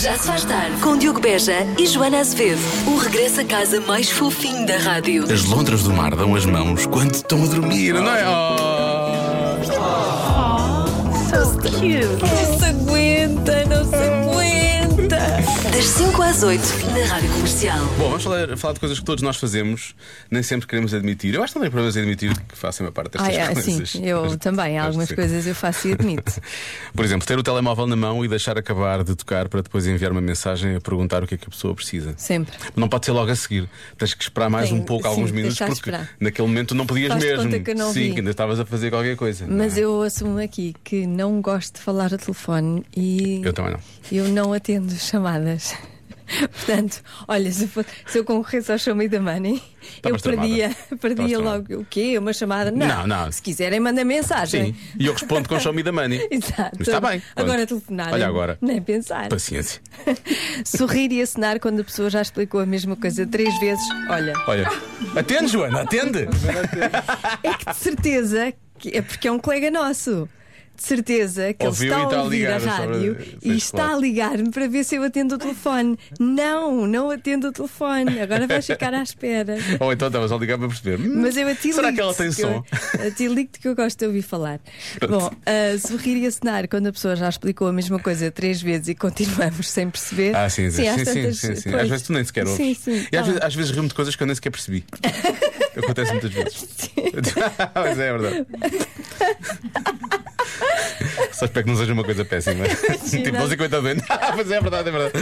Já se faz tarde com Diogo Beja e Joana Azevedo. O regresso a casa mais fofinho da rádio. As lontras do mar dão as mãos quando estão a dormir, não é? Oh. Não se aguenta, não se aguenta. Das 5 às 8 na rádio comercial. Bom, vamos falar, falar de coisas que todos nós fazemos, nem sempre queremos admitir. Eu acho que também problemas em admitir que façam uma parte Ah, destas é, sim, coisas. Acho- eu também. acho Algumas que sim. coisas eu faço e admito. Por exemplo, ter o telemóvel na mão e deixar acabar de tocar para depois enviar uma mensagem a perguntar o que é que a pessoa precisa. Sempre. Não pode ser logo a seguir. Tens que esperar mais Tem- um pouco, sim, alguns minutos, deixar porque esperar. naquele momento não podias Faz de mesmo. conta que eu não sim, vi. que ainda estavas a fazer qualquer coisa. Mas não é? eu assumo aqui que não gosto de falar ao telefone e Eu também não. eu não atendo chamadas. Portanto, olha, se, for- se eu concorresse ao Show Me the Money, eu Estavas tramada. perdia, perdia Estavas logo o quê? Uma chamada? Não, Tá Não, não. Se quiserem, mandem mensagem. Sim. E eu respondo com show me da money. Exato. Está bem. Agora Pronto. telefonar. Olha agora. Nem pensar. Paciência. Sorrir e acenar quando a pessoa já explicou a mesma coisa três vezes. Olha. Olha, atende, Joana, atende. É que de certeza que é porque é um colega nosso. De certeza que Ouviu ele e está está a a ouvir a ligar sobre- rádio Sim, e está a claro. ligar-me para ver se eu atendo o telefone. Não, não atendo o telefone. Agora vais ficar à espera. Ou então estavas a ligar para perceber. Hum, Mas é eu a ti Será que ligo-te ela tem som? Eu, a ti ligo-te que eu gosto de ouvir falar. Pronto. Bom, ah, sorrir e acenar quando a pessoa já explicou a mesma coisa três vezes e continuamos sem perceber. Ah, sim, sim, às sim, sim, tantas- sim, sim. pois. Às vezes tu nem sequer ouves. Sim, sim. e tá às vezes, bem. às vezes rimo de coisas que eu nem sequer percebi. Acontece muitas vezes. Mas é, verdade. Só espero que não seja uma coisa péssima. tipo, vão 50 doentes. Mas é verdade, é verdade.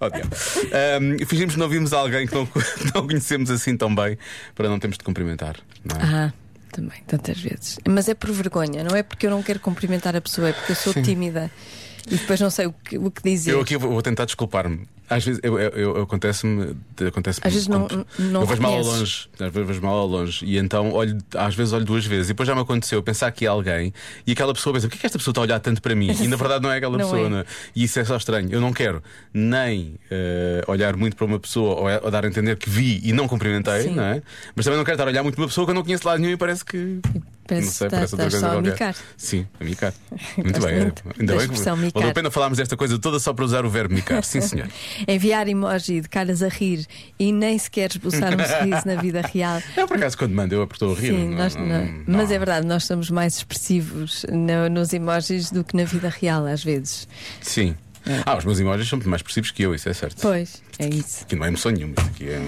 Oh, diabo. Ahm, fingimos que não vimos alguém que não, que não conhecemos assim tão bem para não termos de cumprimentar. Não é? Ah, também, tantas vezes. Mas é por vergonha, não é porque eu não quero cumprimentar a pessoa, é porque eu sou tímida e depois não sei o que, o que dizer. Eu aqui vou vou tentar desculpar-me. Às vezes eu, eu- eu- acontece-me. Acontece Às vezes não- não Eu vejo mal ao reconheces. longe. Às vezes vejo mal ao longe. E então olho, às vezes olho duas vezes. E depois já me aconteceu pensar que é alguém e aquela pessoa pensa: o que é que esta pessoa está a olhar tanto para mim? E na verdade não é aquela Não pessoa. é. não é? E isso é só estranho. Eu não quero nem eh, olhar muito para uma pessoa ou, ou dar a entender que vi e não cumprimentei, Sim. não é? Mas também não quero estar a olhar muito para uma pessoa que eu não conheço de lado nenhum e parece que. Parece não sei, que tá- parece outra estás coisa só a qualquer. micar. Sim, a micar. Muito Gosto bem. é, muito Ainda da bem que expressão valeu a micar. pena falarmos desta coisa toda só para usar o verbo micar. Sim, senhor. Enviar emoji de caras a rir e nem sequer esboçar um sorriso na vida real. Não, por acaso, quando manda, eu apertou a rir. Sim, Não- nós não- não- não. mas é verdade, nós somos mais expressivos no- nos emojis do que na vida real, às vezes. Sim. É. Ah, os meus emojis são muito mais percebes que eu, isso é certo. Pois, é isso. Aqui não é emoção nenhuma. Isto aqui é.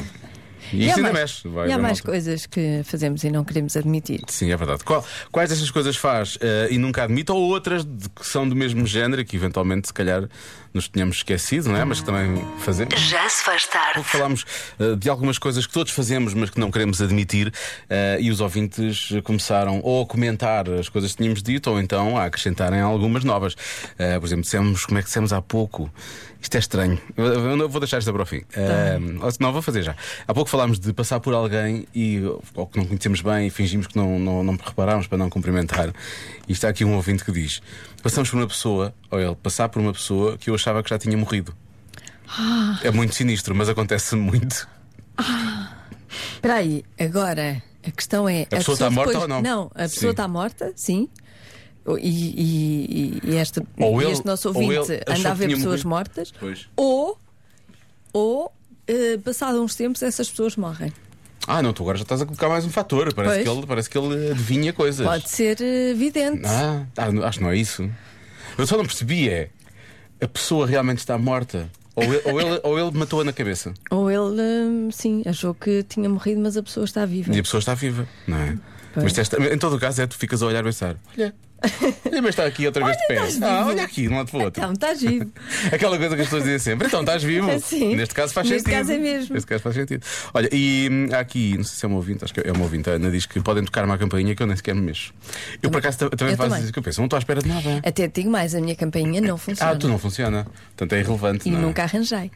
E E há isso ainda mais- mexe. vai- vai e há na mais altura. coisas que fazemos e não queremos admitir. Sim, é verdade. Qual- quais dessas coisas faz eh, e nunca admite, ou outras de- que são do mesmo género e que eventualmente, se calhar, nos tínhamos esquecido, não é? Mas que também fazemos. Já se faz tarde. pouco falámos eh, de algumas coisas que todos fazemos, mas que não queremos admitir, eh, e os ouvintes eh, começaram ou a comentar as coisas que tínhamos dito, ou então a acrescentarem algumas novas. Eh, por exemplo, dissemos, como é que dissemos há pouco? Isto é estranho. Eu, eu não vou deixar isto para o fim. Eh, ou se não, vou fazer já. Há pouco falámos de passar por alguém e, ou que não conhecemos bem e fingimos que não, não, não reparámos para não cumprimentar. E está aqui um ouvinte que diz: Passamos por uma pessoa, ou ele, passar por uma pessoa que eu achava que já tinha morrido. É muito sinistro, mas acontece muito. Espera aí, agora a questão é. A pessoa está morta depois- ou não? Não, a Sim. pessoa está morta, sim. O- E, e, e- e esta- Ou e ele- este nosso ou ouvinte ele achou anda a que ver tinha pessoas morrido. mortas, Pois. ou, ou eh, passado uns tempos essas pessoas morrem. Ah, não, tu agora já estás a colocar mais um fator. Parece, Pois. que ele, parece que ele adivinha coisas. Pode ser eh, vidente. Ah, ah, não- acho que não é isso. Eu só não percebi é a pessoa realmente está morta. Ou ele, ou ele, ou ele matou-a na cabeça Ou ele, hum, sim, achou que tinha morrido, mas a pessoa está viva. e a pessoa está viva, não é? Pois. Mas testa- em todo o caso é tu ficas a olhar e pensar: olha, olha, mas está aqui outra vez Olha, de estás pé. Ah, vivo. olha aqui, de um lado para o outro. Então, estás vivo. Aquela coisa que as pessoas dizem sempre, então estás vivo. Sim. Neste caso faz Neste sentido. caso é mesmo. Neste caso faz sentido. Olha, e hum, há aqui, não sei se é uma ouvinte, acho que é uma ouvinte, a Ana diz que podem tocar-me à campainha que eu nem sequer me mexo. Eu por acaso ta- também Eu faço também. É isso que eu penso, não estou à espera de nada. Até te digo mais, a minha campainha não funciona. Ah, tu não funciona. Portanto, é irrelevante. E não é? nunca arranjei.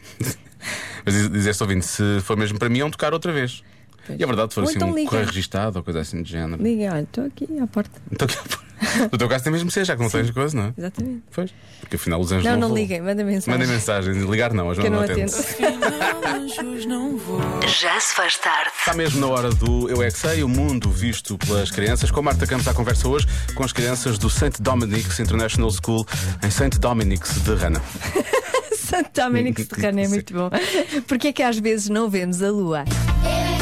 Mas diz- diz este ouvinte, se for mesmo para mim, é um tocar outra vez. Pois. E é verdade, se for Ou assim então um liga. correio registado ou coisa assim de género. Liga, olha, estou aqui à porta. Então, no teu caso tem mesmo que ser, já que não tens coisa, não é? Exatamente. Pois. Porque afinal os anjos Não, não voam. liguem, manda mensagem. Mandem mensagem, ligar não, a que Joana eu não não atende. atendo. Já se faz tarde. Está mesmo na hora do Eu é que Sei, o mundo visto pelas crianças. Com a Marta Campos à conversa hoje com as crianças do St. Dominic's International School em St. Dominic's de Rana. Dominic Serrano é muito bom. Porque é que às vezes não vemos a lua? Eu é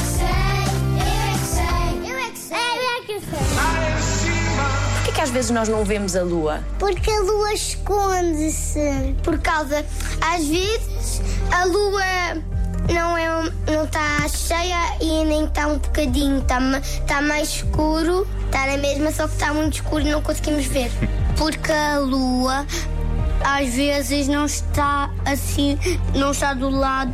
que sei, eu é que sei, eu é que sei, eu é que sei. Porquê que às vezes nós não vemos a lua? Porque a lua esconde-se. Por causa, às vezes, a lua não é não está cheia e nem está um bocadinho, está tá mais escuro, está na mesma, só que está muito escuro e não conseguimos ver. Porque a lua às vezes não está assim, não está do lado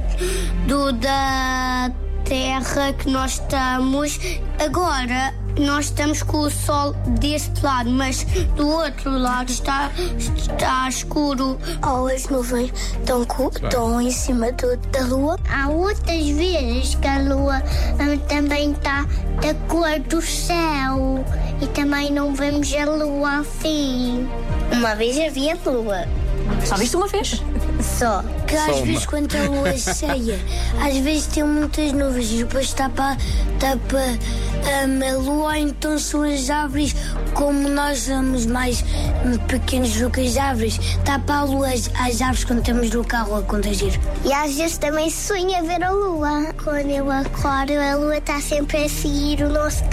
do, da terra que nós estamos. Agora nós estamos com o sol deste lado, mas do outro lado está, está escuro. Ou Oh, as nuvens estão, estão em cima da lua. Há outras vezes que a lua hum, também está da cor do céu e também não vemos a lua assim. Uma vez havia lua. Só viste uma vez? Só. Que às vezes quando a lua é cheia, às vezes tem muitas nuvens e depois tapa, tapa hum, a lua, então são as árvores, como nós somos mais hum, pequenos do que as árvores, tapa a lua as, as árvores quando estamos no carro a conduzir. E às vezes também sonho a ver a lua. Quando eu acordo, a lua está sempre a seguir o nosso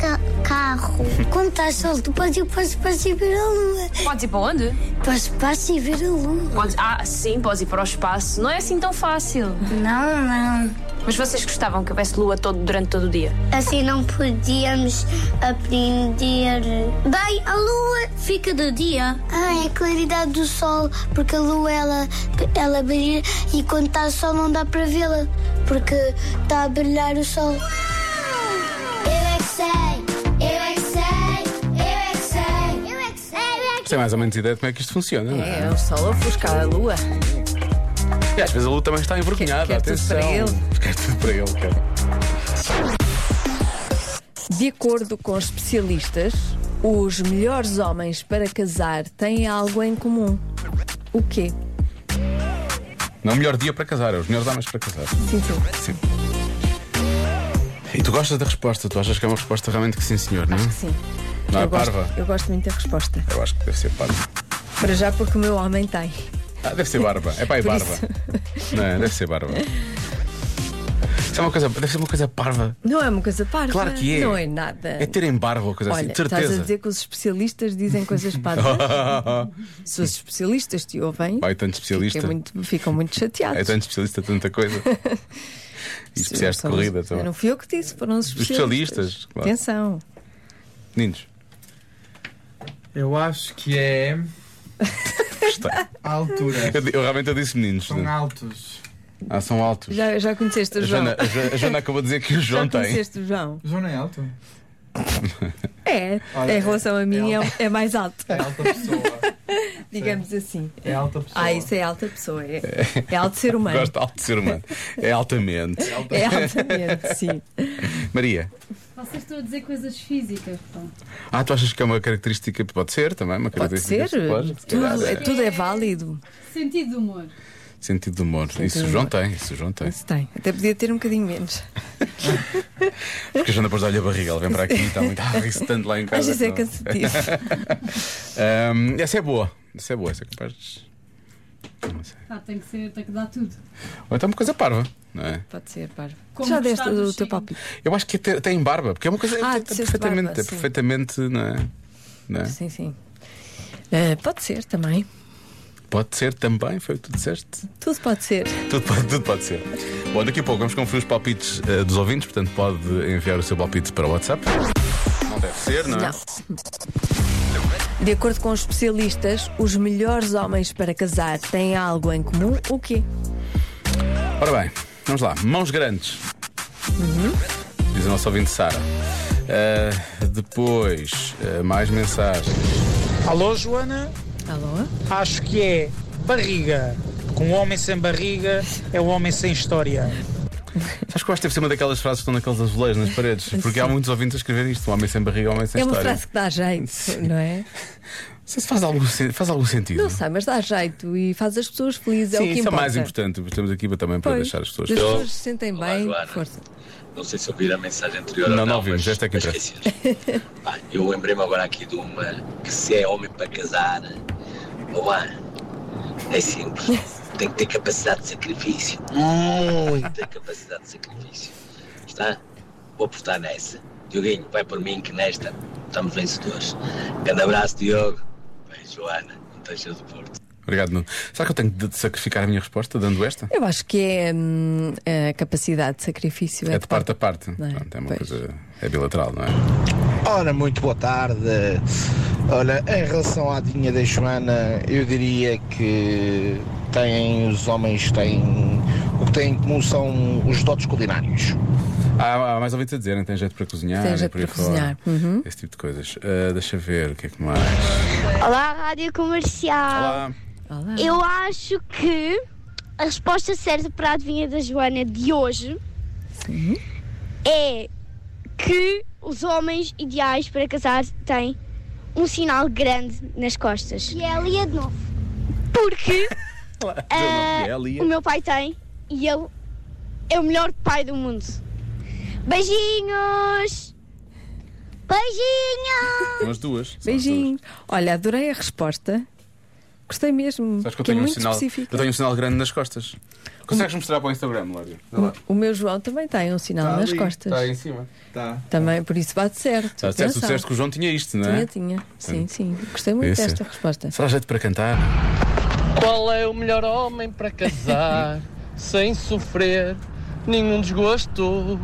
carro. Quando está sol, depois eu passo para ver a lua. Podes ir para onde? Passo, passo e ver a lua. Podes... Ah, sim, podes ir para o espaço. Não é assim tão fácil. Não, não. Mas vocês gostavam que houvesse lua todo, durante todo o dia? Assim não podíamos aprender. Bem, a lua fica do dia. Ah, é a claridade do sol, porque a lua ela, ela brilha e quando está sol não dá para vê-la, porque está a brilhar o sol. Eu é que sei, eu é que sei, eu é que sei, eu é que sei, eu é que Tem mais ou menos ideia de como é que isto funciona, não é? É, o sol ofusca a lua. E às vezes a Lu também está envergonhada, Quer- quer é tudo atenção. para Quer tudo para ele, cara. De acordo com especialistas, os melhores homens para casar têm algo em comum. O quê? Não é o melhor dia para casar, é os melhores homens para casar. Sim, Sim. sim. E tu gostas da resposta, tu achas que é uma resposta realmente que sim, senhor, não é? Acho que sim. Não é eu, gosto, parva? eu gosto muito da resposta. Eu acho que deve ser parva. Para já, porque o meu homem tem. Ah, deve ser barba. É pá, é Por barba. Não, é? deve ser barba. Isso é uma coisa, deve ser uma coisa parva. Não é uma coisa parva. Claro que é. Não é nada. É terem barba ou coisa assim, Olha, de certeza. estás a dizer que os especialistas dizem coisas parvas? Oh. Se os especialistas te ouvem, Pai, tanto especialista. ficam é muito, ficam muito chateados. É tanto especialista, tanta coisa. E especiais de São os- corrida também. Não fui eu que disse, foram os especialistas. especialistas, claro. Atenção. Meninos, Eu acho que é gostei. a altura. Eu, di- eu realmente eu disse meninos. São né? altos. Ah, são altos. Já, já conheceste A o João? Joana, a Jo- a Joana acabou de dizer que o João já tem. conheceste o João? O João é alto. É, Olha, em relação a mim é, é mais alto, É alta pessoa. digamos assim. É alta pessoa. Ah, isso é alta pessoa, é, é alto ser humano. Gosto de alto de ser humano. É altamente. É altamente, sim. Maria, Vocês estão a dizer coisas físicas, pô. ah, tu achas que é uma característica? Pode ser também, uma Pode característica ser. psicológica, se calhar, Tudo, é. tudo é válido. Sentido de humor. Sentido de humor. Isso o João tem, isso o João tem. Isso tem. Até podia ter um bocadinho menos. Porque a Joana depois olha a barriga, ela vem para aqui e está muito ah, isso tanto lá em Às casa. vezes é Então, cansativo. ahm, essa é boa. Essa é boa, essa é capaz de. Não sei. Ah, tem que ser, tem que dar tudo. Ou então uma coisa parva, não é? Pode ser, parvo. Como Já deste gostar o dos teu signos. palpite. Eu acho que até tem barba, porque é uma coisa Ah, é disseste perfeitamente, barba, é sim. perfeitamente, não é? Não é? Sim, sim. Eh, pode ser também. Pode ser também, foi o que tu disseste. Tudo pode ser. Tudo pode, tudo pode ser. Bom, daqui a pouco vamos conferir os palpites eh, dos ouvintes, portanto pode enviar o seu palpite para o WhatsApp. Não deve ser, não é? Não. De acordo com os especialistas, os melhores homens para casar têm algo em comum. O quê? Ora bem, vamos lá. Mãos grandes. Diz o nosso ouvinte Sara. Eh, depois, eh, mais mensagens. Alô, Joana? Alô? Acho que é barriga. Com um homem sem barriga é um homem sem história. Sabes que eu acho que deve ser uma daquelas frases que estão naqueles azulejos nas paredes, porque há muitos ouvintes a escrever isto: um homem sem barriga, um homem sem É uma história. frase que dá jeito, não é? Não sei se faz algum, sen- faz algum sentido. Não sei, mas dá jeito e faz as pessoas felizes. é Sim, o que isso é importa. mais importante. Estamos aqui também para Pois, deixar as pessoas. pessoas se sentem bem. Joana. Força. Não sei se ouviram a mensagem anterior Não, ou não não ouvimos. mas- Esta é que mas interessa. esqueci-me. Pá, eu lembrei-me agora aqui de uma que se é homem para casar, ou é simples. tem que ter capacidade de sacrifício. Muito! Tem capacidade de sacrifício. Está? Vou apostar nessa. Dioguinho, vai por mim que nesta estamos vencedores. Grande abraço, Diogo. Bem, Joana, não deixas do Porto. Obrigado, Nuno. Será que eu tenho de sacrificar a minha resposta dando esta? Eu acho que é hum, a capacidade de sacrifício. É de parte a parte. Não é? Pronto, é uma Pois. coisa. É bilateral, não é? Ora, muito boa tarde. Olha, em relação à adivinha da Joana, eu diria que têm, os homens têm. O que têm em comum são os dotes culinários. Há, há mais ouvintes a dizerem, tem jeito para cozinhar, Tem e jeito por aí para fora. cozinhar. Uhum. Esse tipo de coisas. Ah, deixa ver o que é que mais. Olá, Rádio Ah. Comercial. Olá. Olá. Eu acho que a resposta certa para a adivinha da Joana de hoje Sim. é que os homens ideais para casar têm um sinal grande nas costas. E ela ia de novo. Porque ah, é ali. o meu pai tem e ele é o melhor pai do mundo. Beijinhos! Beijinhos! São as duas. São as Beijinho. Olha, adorei a resposta. Gostei mesmo. duas. Sabes que que eu tenho é um muito sinal. específico. Eu tenho um sinal grande nas costas. Consegues mostrar para o Instagram, Lório? Vê lá. O meu João também tem um sinal Tá nas costas. Está tá aí em cima. Tá. Está. Também, por isso bate Já certo. disseste, tu Atenção. disseste que o João tinha isto, não Tinha, é? tinha. Sim, sim. Gostei muito Isso. desta resposta. Será jeito para cantar? Qual é o melhor homem para casar sem sofrer nenhum desgosto?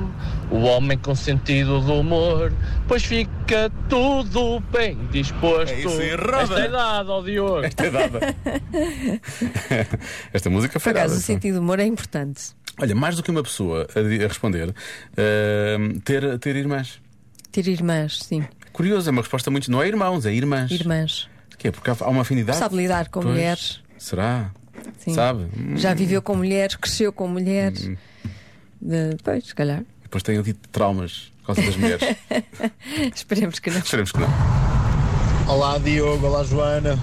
O homem com sentido do humor, pois fica tudo bem disposto. É isso aí, roda. Esta idade, ó Diogo. Esta é dada. Esta música Por foi dada. acaso, o sentido do humor é importante. Olha, mais do que uma pessoa a, di- a responder, ahm, ter, ter irmãs. Ter irmãs, sim. Curioso, é uma resposta muito. Não é irmãos, é irmãs. Irmãs. Porquê? Porque há há uma afinidade. Sabe lidar com Pois. mulheres. Será? Sim. Sabe? Hum, Já viveu com mulheres, cresceu com mulheres. Uhum. De- pois, se calhar. Depois tem ali traumas por causa das mulheres. Esperemos que não. Esperemos que não. Olá, Diogo. Olá, Joana.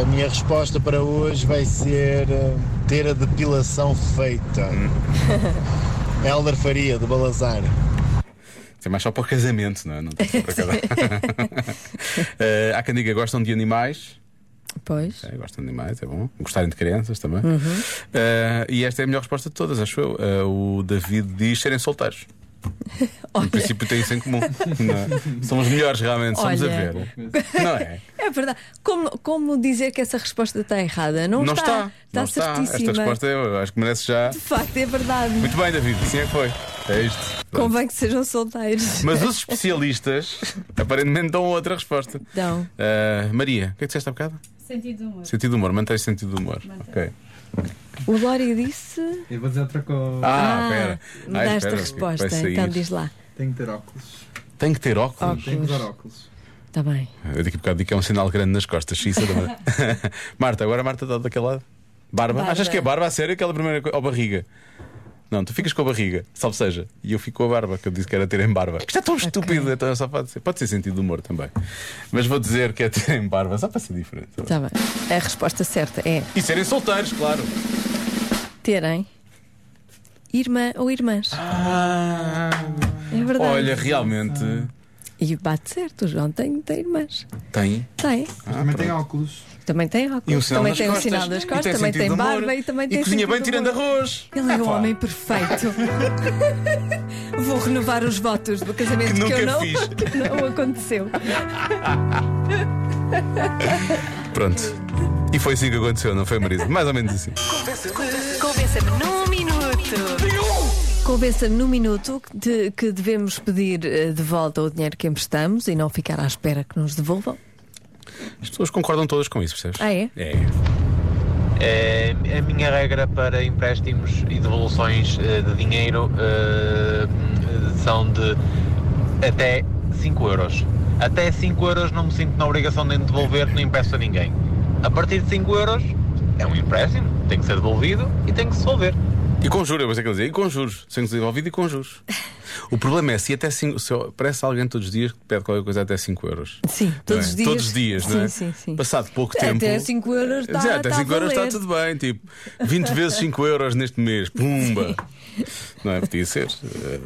A minha resposta para hoje vai ser eh, ter a depilação feita. Hum. Helder Faria, de Balazar. Isso é mais só para o casamento, não é? Não tem que ser para casar. Eh, há quem diga gostam de animais. Pois. Ok, gostam de animais, é bom. Gostarem de crianças também. Uhum. Eh, e esta é a melhor resposta de todas, acho eu. Eh, o David diz serem solteiros. No Olha, princípio tem isso em comum. Não é? São os melhores realmente, somos Olha. a ver. Não é? é verdade. Como, como dizer que essa resposta está errada? Não, não está. Não está. certíssima. Esta resposta eu acho que merece já. De facto, é verdade. Muito bem, David, assim é que foi. É isto. Convém que sejam solteiros. Mas os especialistas aparentemente dão outra resposta. Dão. Eh, Maria, o que é que disseste há bocado? Sentido do humor. Sentido do humor, mantém o sentido do humor. Ok. O Lori disse. Eu vou dizer outra coisa. Ah, Ah, espera. me Ai, dá Ah, espera, esta que resposta. vai sair. Então diz lá. Ah. Tenho que ter óculos. Tem que ter óculos. Tenho que usar óculos. Está Tá bem. Eu daqui a bocado digo que é um sinal grande nas costas. Sim, isso é da Mar- Marta, agora a Marta está daquele lado. Barba. Barba. Achas que é barba a sério? Aquela primeira coisa. Ou barriga? Não, tu ficas com a barriga, salve seja. E eu fico com a barba, que eu disse que era terem barba. Isto é tão estúpido, então eu só pode ser. Pode ser sentido de humor também. Mas vou dizer que é terem barba, só para ser diferente. Está tá bem. A resposta certa é E serem solteiros, claro. terem irmã ou irmãs. É verdade. Olha, realmente E bate certo, o João tem, tem irmãs. tem. Tem. Ah, Também pronto. tenho óculos. Também tem E um óculos, sinal também nas tem costas. um sinal das E costas, tem também sentido tem de humor. barba e também tem. cozinha sentido bem de tirando humor. arroz. Ele é o Epá, homem perfeito. Vou renovar os votos do casamento Que que, nunca eu não, fiz. que não aconteceu. Pronto. E foi assim que aconteceu, não foi, Marisa? Mais ou menos assim. Convença-me num minuto. Convença-me num minuto que de- que devemos pedir eh, de volta o dinheiro que emprestamos e não ficar à espera que nos devolvam. As pessoas concordam todas com isso, percebes? Ah, é? É. É, a minha regra para empréstimos e devoluções eh, de dinheiro eh, são de até 5 euros. Até 5 euros não me sinto na obrigação de devolver, nem empresto a ninguém. A partir de 5 euros é um empréstimo, tem que ser devolvido e tem que se devolver. E com juros, eu pensei que ele dizia, e com juros, sendo desenvolvido e com juros. O problema é se até 5. Se parece alguém todos os dias que pede qualquer coisa até 5 euros. Sim, Não todos é? os dias. Todos os dias, não é? Sim, sim, sim. Passado pouco Até tempo. 5 euros tá- está- Dizer, até está a 5 euros está valer. tudo bem, tipo 20 vezes 5 euros neste mês, pumba! Não é? Podia ser. eh,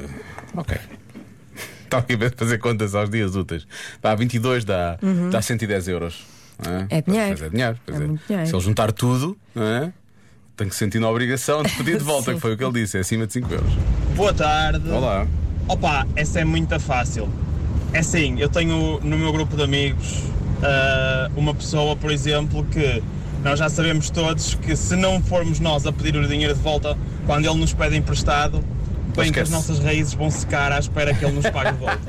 ok. Estava aqui a fazer contas aos dias úteis. Dá 22, dá, dá 110 euros. não Uhum. É dinheiro. Pois é dinheiro. pois É muito dinheiro. Se ele juntar tudo, não é? Tenho que sentir na obrigação de pedir de volta, que foi o que ele disse, é acima de 5 euros. Boa tarde. Olá. Opa, essa é muito fácil. É assim, eu tenho no meu grupo de amigos ah, uma pessoa, por exemplo, que nós já sabemos todos que se não formos nós a pedir o dinheiro de volta, quando ele nos pede emprestado, bem que as Esquece. nossas raízes vão secar à espera que ele nos pague de volta.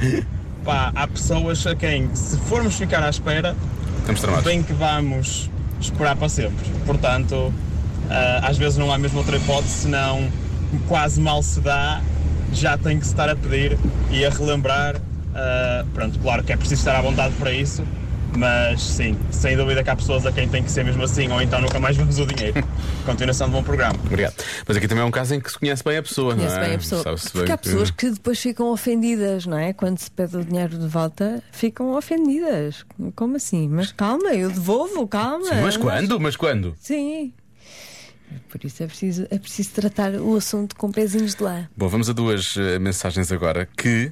Pá, há pessoas a quem, se formos ficar à espera, Estamos tramados. bem que vamos esperar para sempre. Portanto, ah, às vezes não há mesmo outra hipótese, senão quase mal se dá, já tem que se estar a pedir e a relembrar. Ah, pronto, claro que é preciso estar à vontade para isso, mas sim, sem dúvida que há pessoas a quem tem que ser mesmo assim, ou então nunca mais vemos o dinheiro. Continuação de bom programa. Obrigado. Mas aqui também é um caso em que se conhece bem a pessoa, Conhece não é? bem a pessoa. Sabe-se Porque bem há pessoas que depois ficam ofendidas, não é? Quando se pede o dinheiro de volta, ficam ofendidas. Como assim? Mas calma, eu devolvo, calma. Sim, mas quando? Mas quando? Sim. Por isso é preciso, é preciso tratar o assunto com pezinhos de lá. Bom, vamos a duas eh, mensagens agora que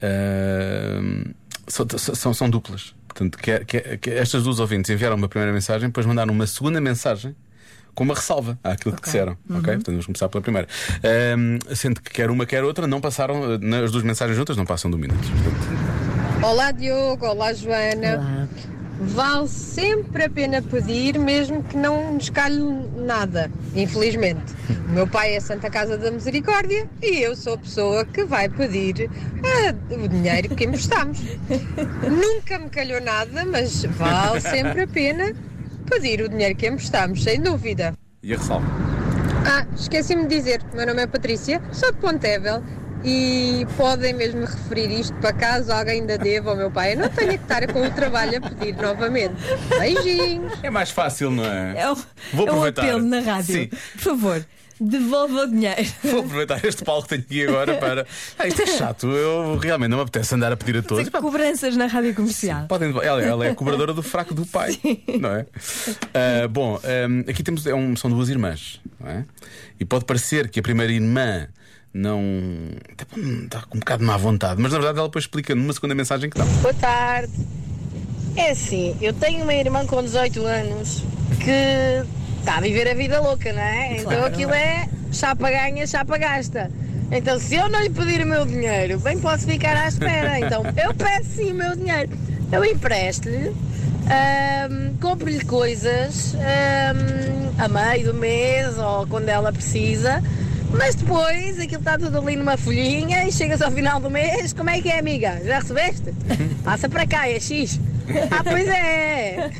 ah, são, são- são duplas. Portanto, que, é, que- que estas duas ouvintes enviaram uma primeira mensagem, depois mandaram uma segunda mensagem com uma ressalva àquilo que disseram. Ok? Uhum. Portanto, vamos começar pela primeira. Ah, sendo que quer uma, quer outra, não passaram, eh, na- as duas mensagens juntas não passam do minuto. Portanto, Olá Diogo, olá Joana. Vale sempre a pena pedir, mesmo que não nos calhe nada, infelizmente. O meu pai é Santa Casa da Misericórdia e eu sou a pessoa que vai pedir ah, o dinheiro que emprestamos. Nunca me calhou nada, mas vale sempre a pena pedir o dinheiro que emprestamos, sem dúvida. e a ressalva. Ah, esqueci-me de dizer, meu nome é Patrícia, sou de Pontevel e podem mesmo referir isto para caso alguém ainda deva ao meu pai. Eu não tenho que estar com o trabalho a pedir novamente. Beijinhos! É mais fácil, não é? É um, Vou é um aproveitar. apelo na rádio. Sim. Por favor, devolva o dinheiro. Vou aproveitar este palco que tenho aqui agora para. Ah, isto é chato, eu realmente não me apetece andar a pedir a todos. Cobranças na rádio comercial. Podem, ela, ela é a cobradora do fraco do pai, não é? Ah, bom, ahm, aqui temos é um- são duas irmãs, não é? E pode parecer que a primeira irmã não está, está com um bocado de má vontade, mas na verdade ela depois explica numa segunda mensagem que dá. Boa tarde. É assim, eu tenho uma irmã com 18 anos que está a viver a vida louca, não é? Então Claro. aquilo é chapa ganha, chapa gasta. Então se eu não lhe pedir o meu dinheiro, bem posso ficar à espera. Então eu peço sim o meu dinheiro. Eu empresto-lhe, ahm, compro-lhe coisas ahm, a meio do mês ou quando ela precisa. Mas depois aquilo está tudo ali numa folhinha e chegas ao final do mês, como é que é, amiga? Já recebeste? Passa para cá, é X. Ah, pois é.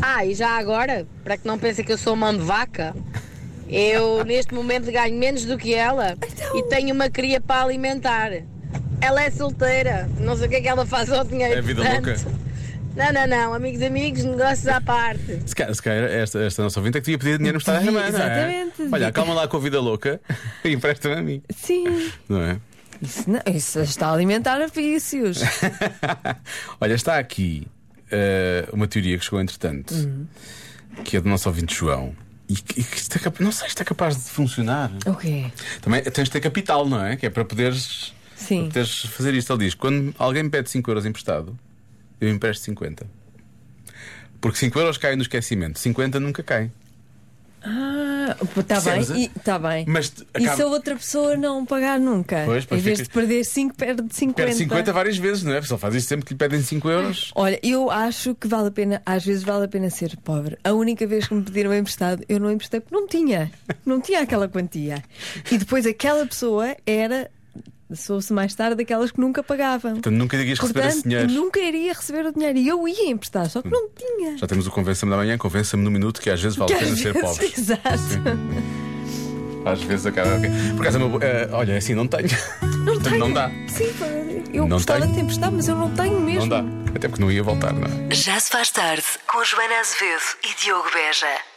Ah, e já agora, para que não pensem que eu sou mão de vaca, eu neste momento ganho menos do que ela e tenho uma cria para alimentar. Ela é solteira, não sei o que é que ela faz ao dinheiro. É vida portanto. louca. Não, não, não, amigos, amigos, negócios à parte. Se calhar, se calhar esta, esta nossa ouvinte é que devia pedir dinheiro emprestado à irmã, não é? Exatamente. Olha, calma lá com a vida louca e empresta-me a mim, Sim. não é? Isso, não- isso está a alimentar a vícios. Olha, está aqui eh, uma teoria que chegou entretanto, Uhum. que é do nosso ouvinte João. E que, e que isto é cap- não sei se é capaz de funcionar. O quê? Também tens de ter capital, não é? Que é para poderes, Sim. para poderes fazer isto. Ele diz: quando alguém me pede 5 euros emprestado, eu empresto 50. Porque 5 euros caem no esquecimento, 50 nunca caem. Ah, está Percebes? bem. E, tá bem. Mas te- E se acaba- a outra pessoa não pagar nunca? Pois, pois em vez fica- de perder 5, perde 50. Perde 50 várias vezes, não é? Só faz isto sempre que lhe pedem 5 euros. Olha, eu acho que vale a pena, às vezes vale a pena ser pobre. A única vez que me pediram emprestado, eu não emprestei porque não tinha. Não tinha aquela quantia. E depois aquela pessoa era, soube-se mais tarde, daquelas que nunca pagavam. Portanto, nunca irias Então, receber Portanto, esse dinheiro. nunca iria receber o dinheiro. E eu ia emprestar, só que não tinha. Já temos o convença-me da manhã, convença-me no minuto que às vezes vale a Que pena às ser vezes- pobre. Exato. Às vezes acaba. ok. Por acaso, é uma boa- eh, olha, assim não tenho. Não tenho. Não dá. Sim, eu Não gostava tenho. de te emprestar, mas eu não tenho mesmo. Não dá. Até porque não ia voltar, não é? Já se faz tarde com Joana Azevedo e Diogo Beja.